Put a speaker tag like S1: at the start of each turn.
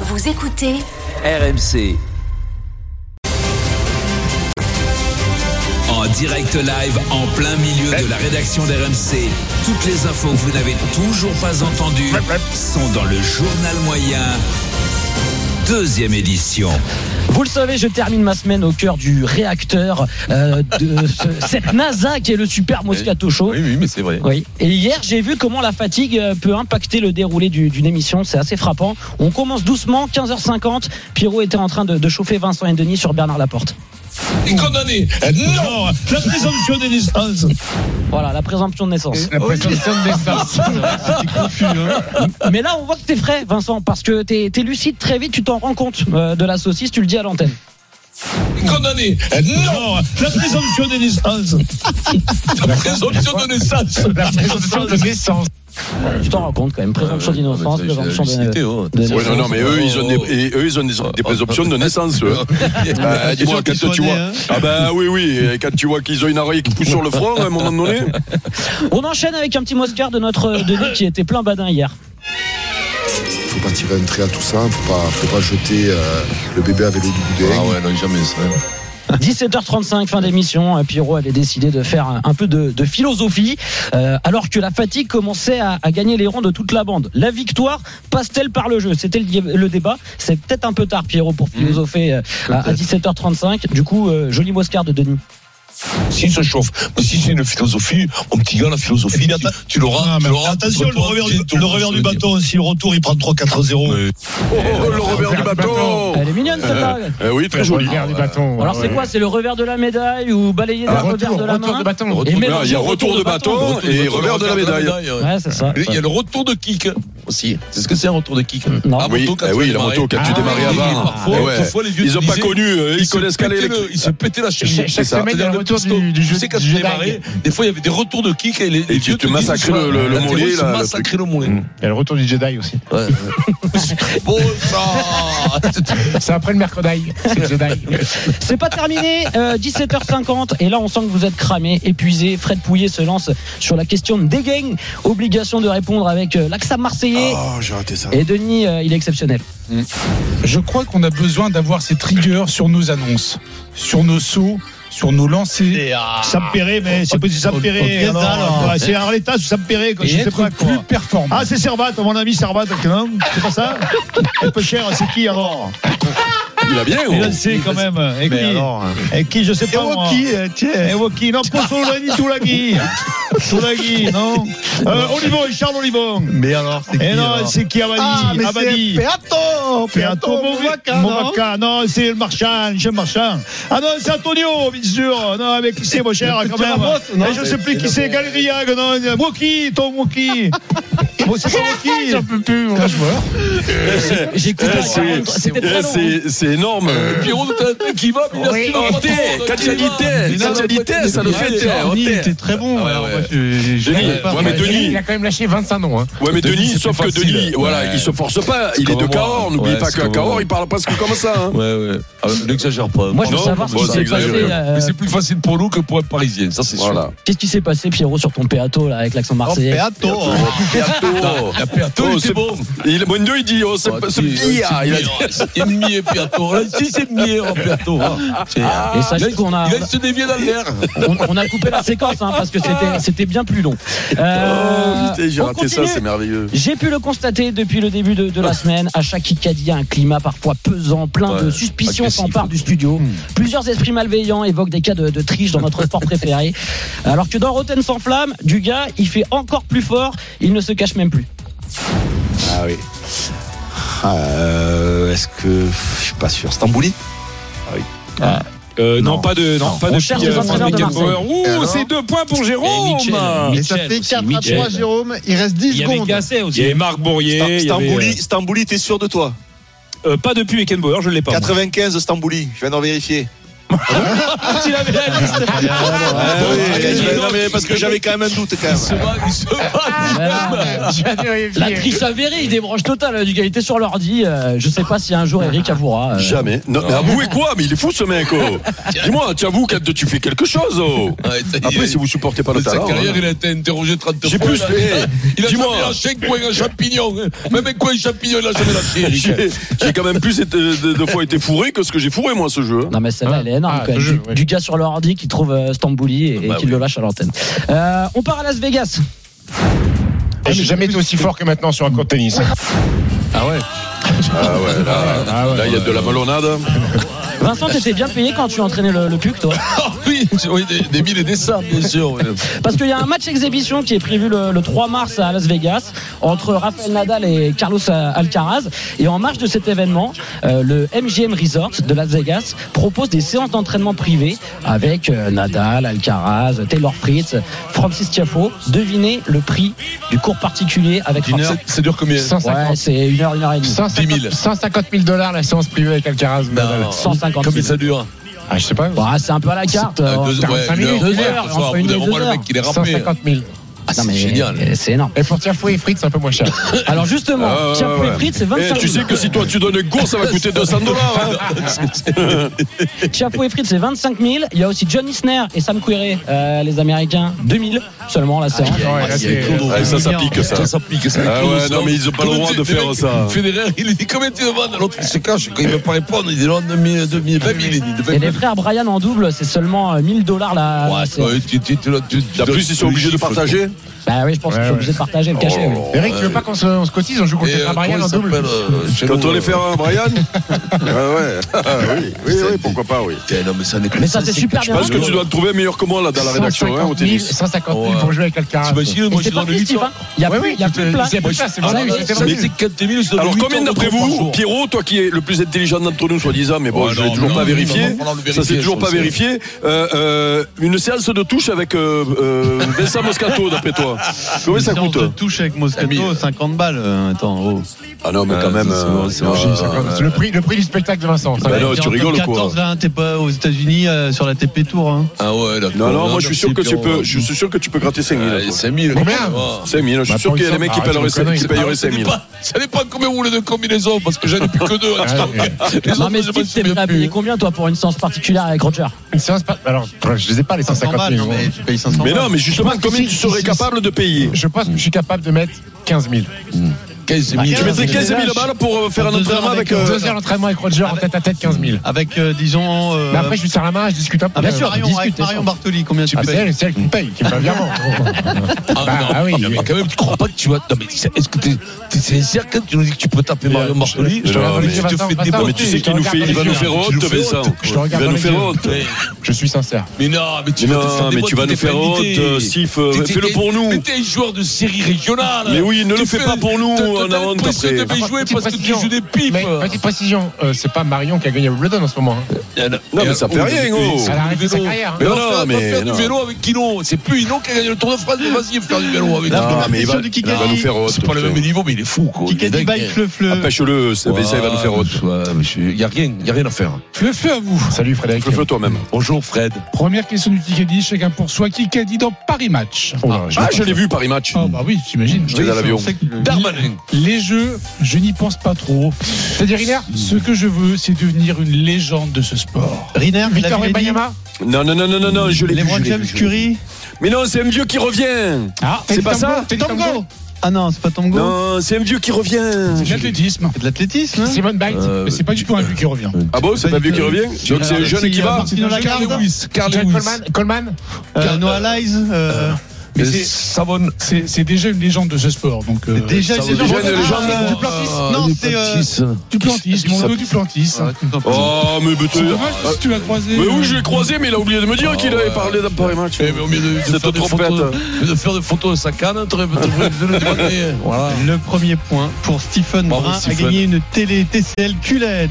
S1: Vous écoutez
S2: RMC. En direct live, en plein milieu de la rédaction d'RMC, toutes les infos que vous n'avez toujours pas entendues sont dans le journal moyen, deuxième édition.
S3: Vous le savez, je termine ma semaine au cœur du réacteur euh, de ce- cette NASA qui est le super Moscato Show.
S4: Oui, oui, mais c'est vrai.
S3: Oui. Et hier, j'ai vu comment la fatigue euh, peut impacter le déroulé du- d'une émission. C'est assez frappant. On commence doucement, 15h50. Pierrot était en train de, de chauffer Vincent et Denis sur Bernard Laporte.
S5: est condamné. Non, la présomption des distances.
S3: Voilà, la présomption de naissance.
S4: La présomption de naissance. C'était confus, hein.
S3: Mais là, on voit que t'es frais, Vincent, parce que t'es t'es lucide très vite. Tu t'en rends compte euh, de la saucisse. Tu le dis à l'antenne.
S5: Est condamné. Non, la présomption des distances. La présomption de naissance.
S4: La présomption de naissance.
S3: Tu t'en rends compte quand même. Présomption
S4: Ouais, ouais,
S3: d'innocence,
S4: Euh, ouais, mais c'est
S3: présomption
S4: la lucidité,
S3: de.
S4: oh.
S3: de
S6: Ouais, non, non, mais eux, ils ont des, et eux, ils ont des, des présomptions de naissance. eux. Bah, dis-moi, quand tu vois. Ah, bah oui, oui, et quand tu vois qu'ils ont une oreille qui pousse sur le front, à un moment donné.
S3: On enchaîne avec un petit Moscard de notre euh, Denis qui était plein badin hier.
S7: faut pas tirer un trait à tout ça, faut pas, faut pas jeter euh, le bébé avec le bout de
S4: Ah ouais, non, jamais ça.
S3: 17h35, fin d'émission. Euh, Pierrot avait décidé de faire un- un peu de, de philosophie, euh, alors que la fatigue commençait à, à gagner les rangs de toute la bande. La victoire passe-t-elle par le jeu C'était le, di- le débat. C'est peut-être un peu tard, Pierrot, pour
S6: Mmh.
S3: philosopher euh, à, à 17h35. Du coup, euh, joli Moscard de Denis.
S5: S'il se chauffe, mais si c'est une philosophie, mon petit gars, la philosophie, tu, tu l'auras. tu l'auras.
S8: Ah, Attention, le
S5: Toi,
S8: revers,
S5: bientôt,
S8: du, le revers
S5: je
S8: du
S5: veux dire.
S8: bâton, si le retour il prend 3-4-0.
S5: Ouais.
S6: Oh, oh, le revers du bâton
S3: Elle est mignonne, cette
S6: Euh,
S3: blague.
S6: euh, Oui, très joli.
S4: du bâton.
S3: Alors, c'est quoi C'est le revers de la médaille ou balayer
S6: Ah,
S3: d'un revers de la main
S4: bâton.
S3: Et
S6: Là,
S3: mélanger
S6: Il y a retour de bâton
S5: Le
S6: et revers de la médaille.
S5: ouais.
S3: Ouais, c'est ça.
S5: Il y a le retour de kick aussi. C'est ce que c'est un retour de kick.
S3: Non.
S5: Ah,
S6: Oui,
S5: quand
S6: eh
S5: tu
S6: oui,
S5: as
S6: la
S5: démarré.
S6: moto, quand tu
S5: Ah,
S6: démarrais
S5: oui,
S6: avant.
S5: parfois,
S6: Eh ouais.
S5: parfois, les vieux
S6: Ils
S5: te
S6: ont pas
S5: disaient-
S6: connu, euh, ils
S5: se
S6: connaissent qu'à
S5: pétaient
S6: l'électrique.
S5: le- Ils se pétaient la cheville.
S4: Chaque- chaque
S5: C'est ça.
S4: semaine, il y a le
S5: C'est-à-dire,
S4: retour du- du jeu-
S5: Tu sais, quand
S4: du
S5: tu
S4: jeu
S5: démarrais, des fois, il y avait des retours de kick et les. les
S6: tu
S5: vieux
S6: te massacres
S5: disaient, ah,
S6: le- le- le
S5: la terroriste
S6: mollet, là, le Mm.
S5: massacrait le mollet.
S4: Il y a le retour du Jedi aussi.
S5: Bon, ça
S4: C'est après le mercredi. C'est le Jedi.
S3: C'est pas terminé, euh, 17h50 et là on sent que vous êtes cramé, épuisé. Fred Pouillet se lance sur la question de Dégaine, obligation de répondre avec euh, l'accent marseillais.
S6: Ah.
S7: Oh, j'ai raté ça.
S3: Et Denis, euh, il est exceptionnel.
S9: Je crois qu'on a besoin d'avoir ces triggers sur nos annonces, sur nos sauts, sur nos lancers.
S8: Sampéré, mais c'est pas du Sampéré.
S9: au- au-
S8: alors,
S4: euh,
S8: ouais, C'est Arleta ou Sampéré, quoi,
S9: Et
S8: je sais
S9: être
S8: pas quoi.
S9: plus performant.
S8: Ah, c'est Servat, mon ami Servat, non C'est pas ça Un peu cher, c'est qui alors
S6: Il a bien,
S8: Oh, Il
S6: oh.
S8: a lancé quand même. Et qui Et euh, qui, je sais pas. moi. Et Woki, non, pas Solani, Soulagui. Soulagui, non euh, Olivon, Charles Olivon. Mais alors, c'est qui Et non, Ah, c'est qui Abadi Abadi. Peato Peato Movaca. non, c'est le marchand, Michel Marchand. Ah non, c'est Antonio, bien sûr. Non, mais qui c'est, mon cher, quand même Et je sais plus qui c'est, Galeriag, non Woki, ton Woki. Bon, c'est pas Woki. J'en peux plus,
S3: J'ai écouté
S6: Eh,
S3: la
S6: c'est-
S3: 40, c'était très
S6: eh,
S3: long, hein.
S6: c'est- C'est énorme.
S5: Pierrot, t'as un truc qui va, mais il a
S6: Oui.
S5: suivi le
S6: Ôtez,
S5: retour,
S6: quand
S5: qui
S6: il y a
S5: va.
S6: l'ITER,
S5: Mais
S6: quand
S5: non,
S6: il y a l'ITER,
S5: mais
S6: ça le
S5: il
S6: fait
S5: était-
S6: taire,
S5: il
S6: taire.
S5: était très bon.
S6: ouais,
S5: alors,
S6: ouais.
S5: moi, je- je-
S6: Denis,
S5: je-
S6: ouais, mais Denis,
S4: Il a quand même lâché 25 noms. Hein.
S6: ouais, mais
S5: Denis,
S6: Denis,
S5: c'est
S6: sauf que
S5: facile.
S6: Denis,
S5: Ouais.
S6: voilà, il se force pas, il est
S5: comme
S6: de
S5: moi.
S6: Cahors,
S5: Ouais,
S6: n'oublie pas
S5: c'est
S6: qu'à
S5: comme moi.
S6: Cahors, il parle presque comme ça, hein.
S5: Ouais, ouais. Ah, N'exagère pas.
S3: Moi, je veux
S6: Non,
S3: savoir ce
S6: bon,
S3: qui
S6: c'est
S3: s'est passé.
S6: exagéré.
S3: euh,
S5: Mais c'est plus facile pour nous que pour un Parisien, ça c'est sûr.
S6: Voilà.
S3: Qu'est-ce qui s'est passé, Pierrot, sur ton péato là, avec l'accent
S6: Oh,
S3: marseillais
S8: Peato.
S6: Piatto.
S5: La Piatto,
S6: Oh,
S5: il était
S6: c'est-
S5: bon.
S6: Il, bon, Dieu, il dit, oh, c'est c'est pire.
S5: Ah,
S6: Il a dit,
S5: C'est mieux, Piatto. Là, si c'est mieux, hein, Piatto. hein.
S10: Ah.
S5: C'est-
S3: Et sachez qu'on a,
S5: Il a- il se dévie dans l'air.
S3: on, on a coupé la séquence hein, parce que c'était c'était bien plus long. Euh,
S6: Ah. oh, putain, j'ai
S3: on
S6: raté ça,
S3: continue.
S6: c'est merveilleux.
S3: J'ai pu le constater depuis le début de, de la semaine. À chaque Kikadi, il y a un climat parfois pesant, plein de
S5: Ah. Ouais,
S3: suspicions
S5: agressif. Hmm.
S3: s'emparent du studio. Plusieurs esprits malveillants évoquent des cas de, de triche dans notre sport préféré. Alors que dans Rotten sans flamme, du gars, il fait encore plus fort, il ne se cache même plus.
S11: Ah oui. Ah, euh, Est-ce que. Je suis pas sûr. Stambouli
S10: Euh, non, pas de, non, pas
S3: On
S10: de
S3: cherche
S10: filles,
S3: les
S10: euh,
S3: entraîneurs de
S10: Franz Beckenbauer. Ouh,
S7: alors
S10: c'est deux points pour Jérôme.
S8: Et ça fait 4 à
S10: Michel.
S8: 3, Jérôme. Il reste 10 secondes.
S10: Il y avait Marc
S5: Eh,
S10: Bourrier. il y avait,
S5: euh,
S11: Stambouli, Stambouli, t'es sûr de toi
S10: euh, euh, pas depuis Beckenbauer, je ne l'ai pas. moi.
S11: 95 Stambouli, je viens d'en vérifier.
S10: Ah,
S3: S'il avait la liste.
S6: Ah, non, mais parce que j'avais quand même un doute quand même.
S10: Ah.
S5: Ah, ben
S3: La triche avérée, il débranche total. hein, Du gars, il était sur l'ordi. euh, je sais pas si un jour Eric avouera. euh,
S6: Jamais. Non, mais avouez quoi Mais il est fou ce mec. oh. Dis-moi, tu avoues quand tu fais quelque chose. oh. Après, si vous supportez pas le
S5: Sa
S6: talent.
S5: carrière,
S6: hein.
S5: il a été interrogé 30
S6: J'ai
S5: fois.
S6: plus,
S5: il a-
S6: mais-
S5: il a
S6: dis-moi.
S5: jamais lâché un coin un champignon. hein. Même un coin un champignon, il a jamais lâché, Eric.
S6: J'ai j'ai quand même plus été- euh, de, de fois été fourré que ce que j'ai fourré moi ce jeu. hein.
S3: Non mais celle-là elle est énorme
S4: Ah,
S3: quand même.
S4: ce
S3: Du,
S4: jeu, oui.
S3: du gars sur l'ordi qui trouve euh, Stambouli et, et
S6: bah
S3: qui le lâche à l'antenne. Euh, on part à Las Vegas.
S4: J'ai jamais été aussi fort que maintenant sur un court de tennis. hein.
S9: Ah ouais
S6: Ah ouais, là,
S4: Ah ouais.
S6: là, il y a de la melonade.
S3: Vincent, t'étais bien payé quand tu entraînais le, le puc, toi.
S5: Ah oui, oui, des, des mille et des cents, bien sûr.
S6: Ah,
S3: Parce qu'il y a un match exhibition qui est prévu le, le 3 mars à Las Vegas entre Rafael Nadal et Carlos Alcaraz. Et en marge de cet événement, euh, le MGM Resort de Las Vegas propose des séances d'entraînement privées avec euh, Nadal, Alcaraz, Taylor Fritz, Francis Tiafo. Devinez le prix du cours particulier avec Francis.
S5: C'est- C'est dur combien
S4: 150,
S3: Ouais, c'est une heure, une heure et demie.
S4: 150
S5: 000.
S4: 150 000 dollars la séance privée avec Alcaraz.
S5: Euh,
S4: Nadal.
S3: 150
S5: Combien
S3: 000.
S5: ça dure
S4: Ah, je sais pas.
S3: Bah, c'est un peu à la carte.
S5: Ah,
S3: euh,
S5: deux-
S3: non,
S5: ouais,
S4: 45
S5: une heure,
S3: minutes,
S5: ouais,
S3: deux heures,
S5: parce qu'au
S3: entre
S5: bout
S3: une
S5: d'un
S3: et
S5: moment,
S3: deux
S5: le mec,
S3: heures.
S5: il est râpé.
S4: 150 000.
S5: Ah, c'est
S3: mais euh,
S5: génial.
S3: C'est énorme.
S4: Et pour Tiafou et Fritz, c'est un peu moins cher.
S3: Alors justement,
S6: Ah, ouais,
S3: tiens,
S6: ouais,
S3: pour les
S6: ouais.
S3: frites, c'est 25
S6: Eh,
S3: 000.
S6: tu sais que si toi tu donnes une course, ça va coûter 200 dollars. hein.
S3: Chapeau et frites, c'est 25 000. Il y a aussi John Isner et Sam Querrey, euh, les Américains, 2000 seulement la
S5: Ah,
S3: séance.
S4: Ouais, là, c'est-
S6: Ah, ça, ça pique ça.
S5: Ça, ça pique, ça.
S6: Ah ouais, non, mais ils ont pas le droit de faire ça.
S5: Federer, il lui dit combien tu demandes L'autre, il se cache. Quand il veut pas répondre, il dit non, 2000, 2000, 20 000. Il dit 20
S3: Et les
S5: 000.
S3: frères Brian en double, c'est seulement euh, 1000 dollars la, la
S5: Ouais,
S3: séance.
S5: ouais, tu- tu- tu- tu- tu-
S6: En plus, ils sont obligés de
S5: chiffre,
S6: partager.
S3: Bah oui, je pense
S4: Ouais,
S3: qu'ils sont
S4: ouais.
S3: obligés de partager, de
S5: quoi.
S3: cacher. oui.
S5: Oh,
S4: Eric, tu veux pas qu'on se, on se cotise On joue contre
S5: Et, euh,
S4: Fabien Brian
S5: comment
S4: en
S5: il
S4: double
S5: s'appelle, euh, chez
S6: Quand
S5: nous,
S6: on les
S5: euh,
S6: fait un Brian Ah ouais. Ah oui, oui, oui, pourquoi pas, oui.
S5: Putain, Eh, non, mais ça n'est
S3: Mais ça, c'est super
S6: Je
S3: bien.
S6: pense que tu
S3: vendu.
S6: dois te trouver meilleur que moi là dans la rédaction hein, au
S4: 150 000,
S6: tennis.
S4: 150 000 pour jouer avec Alcaraz.
S5: T'imagines,
S3: Et
S5: moi, je
S3: c'est
S5: suis dans
S3: pas
S5: le
S3: plus,
S5: 8
S3: Steve. hein. Il n'y a,
S4: Ouais,
S3: plus-
S4: oui,
S3: il y a
S4: tu
S3: plus
S4: te-
S3: de place.
S4: c'est pas ça, c'est
S3: Ah,
S4: vrai,
S3: ouais,
S4: oui, c'était
S3: ça,
S4: vrai.
S3: c'est-
S6: Alors combien d'après vous, Pierrot, toi qui est le plus intelligent d'entre nous, soi-disant, mais bon,
S5: Ouais,
S6: je l'ai
S5: non,
S6: toujours
S5: non,
S6: pas
S5: non,
S6: vérifié,
S5: non, non, non,
S6: ça c'est
S5: vérifier,
S6: toujours
S5: ça,
S6: pas
S5: c'est-
S6: vérifié, Euh, euh, une séance de touche avec euh, euh, Vincent Moscato, d'après toi, combien ça coûte
S8: touche avec Moscato, 50 balles. euh, Attends, oh.
S6: Ah non, mais quand même... euh,
S4: Non, j'ai- c'est quoi, c'est le, prix, le prix du spectacle de Vincent. ça.
S6: Bah non,
S8: T'es
S6: tu
S8: en top
S6: rigoles ou quoi
S8: 14, là, hein, t'es pas aux États-Unis euh, sur la TP Tour. Hein.
S5: Ah ouais, d'accord.
S6: Non, non, moi je suis sûr que tu
S5: Pierrot.
S6: peux, je suis sûr que tu peux gratter 5 000.
S5: Ouais,
S6: toi.
S5: 5 000.
S4: Combien
S5: Ah.
S6: 5 000, je
S4: Bah,
S6: suis sûr
S4: pour
S6: qu'il y a
S4: une
S6: des mecs qui
S4: somme,
S6: paieraient
S4: arrête, c'est une
S6: 5 qui paieraient
S5: Ça
S6: 5 000.
S5: dépend- Ça dépend combien vous voulez de combinaisons, parce que j'en ai plus que deux. en stock. Les
S3: Non,
S5: autres,
S3: mais
S5: je m'en
S3: Steve, t'es
S5: souviens
S3: prêt à
S5: plus.
S3: payer combien, toi, pour une séance particulière avec Roger
S4: Une séance pas- bah, Alors, je les ai
S9: Ah,
S4: pas les
S8: 500
S4: 150
S8: balles,
S4: 000.
S8: non, mais tu payes 500
S6: Mais
S8: balles.
S6: non, mais justement,
S4: pense que
S6: combien
S4: si-
S6: tu serais
S4: si-
S6: capable de payer
S4: hein. Je pense que je suis capable de mettre Ah, 15 000.
S5: 15
S3: Ah,
S5: 000.
S6: Tu mettrais 15 000 balles pour euh, faire un
S8: Deux heures
S6: entraînement avec...
S8: avec-
S6: euh,
S4: Deux heures d'entraînement avec Roger en
S8: avec-
S4: tête à tête, 15 000.
S8: Avec, euh, disons. euh,
S4: Mais après, je lui sers la main, je discute
S6: Ah,
S4: un peu.
S8: avec Marion,
S4: Discute,
S8: avec
S4: c'est
S8: Marion
S4: ça.
S8: Bartoli, combien tu
S4: Ah, c'est
S8: payes
S4: elle, c'est elle qui me paye, qui me fait un virement.
S5: Ah,
S4: Bah,
S5: non,
S4: ah oui.
S5: mais quand même, tu crois pas que tu vas. Non, mais c'est- est-ce que t'es es sincère quand tu nous dis que tu peux taper Mario
S6: euh,
S5: Martoli
S4: Je te regarde
S6: Non,
S4: dans les
S6: mais
S4: yeux,
S5: tu te
S4: Vincent,
S5: fais
S4: Vincent,
S5: déboîter,
S6: mais tu sais
S4: je
S6: qu'il
S4: te
S6: nous
S4: regarde
S6: fait,
S4: dans
S6: il va
S4: les
S6: nous
S4: yeux.
S6: faire honte,
S5: fais
S6: Vincent.
S5: honte.
S4: Je te regarde
S6: Il va
S4: dans
S6: nous
S4: les
S6: faire
S4: yeux.
S6: honte.
S5: Mais
S4: Je suis sincère.
S5: mais non, mais tu
S6: Mais
S5: vas te faire
S6: non, mais
S5: déboîter,
S6: tu vas
S5: t'es
S6: nous
S5: pas
S6: faire honte,
S5: invité.
S6: euh, Sif. euh,
S5: T'es- t'es-
S6: Fais-le pour nous.
S5: Mais t'es un joueur de série régionale.
S6: Mais oui, ne
S5: Tu
S6: le fais
S5: fais-
S6: pas pour nous,
S5: t'as-
S6: on a
S5: T'as
S6: honte
S5: l'impression
S6: après.
S5: de bien jouer parce que tu joues des pipes.
S4: Mais, petite précision, euh, c'est pas Marion qui a gagné Wimbledon en ce moment. hein.
S6: Non,
S5: euh,
S6: mais ça fait rien, gros.
S4: Elle a arrêté sa
S5: vélo.
S4: carrière.
S5: Mais
S6: Non,
S5: enfin,
S6: non,
S5: va
S6: mais
S5: faire du
S6: non.
S5: vélo avec Kino. C'est plus Hino qui a gagné le Tour de France. mais Vas-y, faire du vélo avec
S6: Non,
S5: Kino.
S6: mais il va,
S8: du
S6: il va nous faire honte.
S5: C'est pas le même niveau, mais il est fou, quoi. Il est
S8: Kikadi
S5: dingue.
S8: Bike Fleu-Fleu.
S6: Empêche-le, ça
S5: Ouais,
S6: il va nous faire honte.
S5: ouais, mais je- y a rien, y a rien à faire.
S9: Le feu à vous.
S4: Salut Frédéric.
S6: Fais-le toi-même.
S5: Bonjour Fred.
S9: Première question du Kikadi, chacun pour soi. Kikadi dans Paris Match.
S4: Oh là, je-
S6: Ah, je l'ai vu, Paris Match.
S9: Ah bah oui, j'imagine.
S6: J'étais dans l'avion.
S5: Darmanin.
S9: Les jeux, je n'y pense pas trop.
S4: C'est-à-dire Riner
S9: Ce que je veux, c'est devenir une légende de ce sport.
S8: Riner,
S4: Victor
S8: Villavelli,
S4: Wembanyama
S6: Non, non, non, non, non, non, je l'ai vu. je
S8: LeBron
S6: l'ai vu,
S8: James,
S6: je l'ai vu.
S8: Curry.
S6: Mais non, c'est un vieux qui revient.
S4: Ah,
S6: c'est pas ça
S4: Tango
S8: Ah non, c'est pas Tango.
S6: Non, c'est un vieux qui revient.
S9: C'est l'athlétisme.
S8: C'est de l'athlétisme. hein
S4: Simone Biles
S5: Euh,
S9: Mais c'est pas du tout un but qui revient.
S6: Ah bon, c'est
S8: Pas
S6: pas
S8: du
S6: vieux qui
S8: tout.
S6: revient Donc c'est un jeune qui va
S8: Martino
S9: Carl
S8: Lagarde.
S9: Lewis. Carl
S4: John
S9: Lewis.
S4: Coleman Coleman
S8: Euh, Noah Lyles. euh,
S9: Mais
S5: Euh,
S9: c'est-
S5: Savon.
S9: C'est c'est déjà une légende de ce sport. Donc, euh,
S8: Déjà,
S6: ça
S8: c'est
S6: vaut déjà
S8: Jean-
S6: une légende.
S8: Ah,
S4: Euh,
S6: Du
S8: Duplantis.
S5: Ah,
S8: Non,
S5: les
S8: c'est. euh,
S5: Duplantis.
S9: du plantisme, on veut du plantisme.
S8: Ah, tu me sens pas.
S6: Oh, mais
S9: C'est
S6: putain.
S9: dommage si tu l'as croisé.
S6: Mais
S9: euh,
S6: oui, je l'ai croisé, mais il a oublié de me dire qu'il avait parlé d'un Paris Match.
S5: Eh, mais au lieu de, de
S6: Cette
S5: faire des
S6: trompette.
S5: photos, de faire des photos de sa canne, t'aurais t'aurais dû le demander. Voilà.
S8: Le premier point pour Stephen
S5: Bravo,
S8: Brun a
S5: Stephen.
S8: gagné une télé TCL QLED.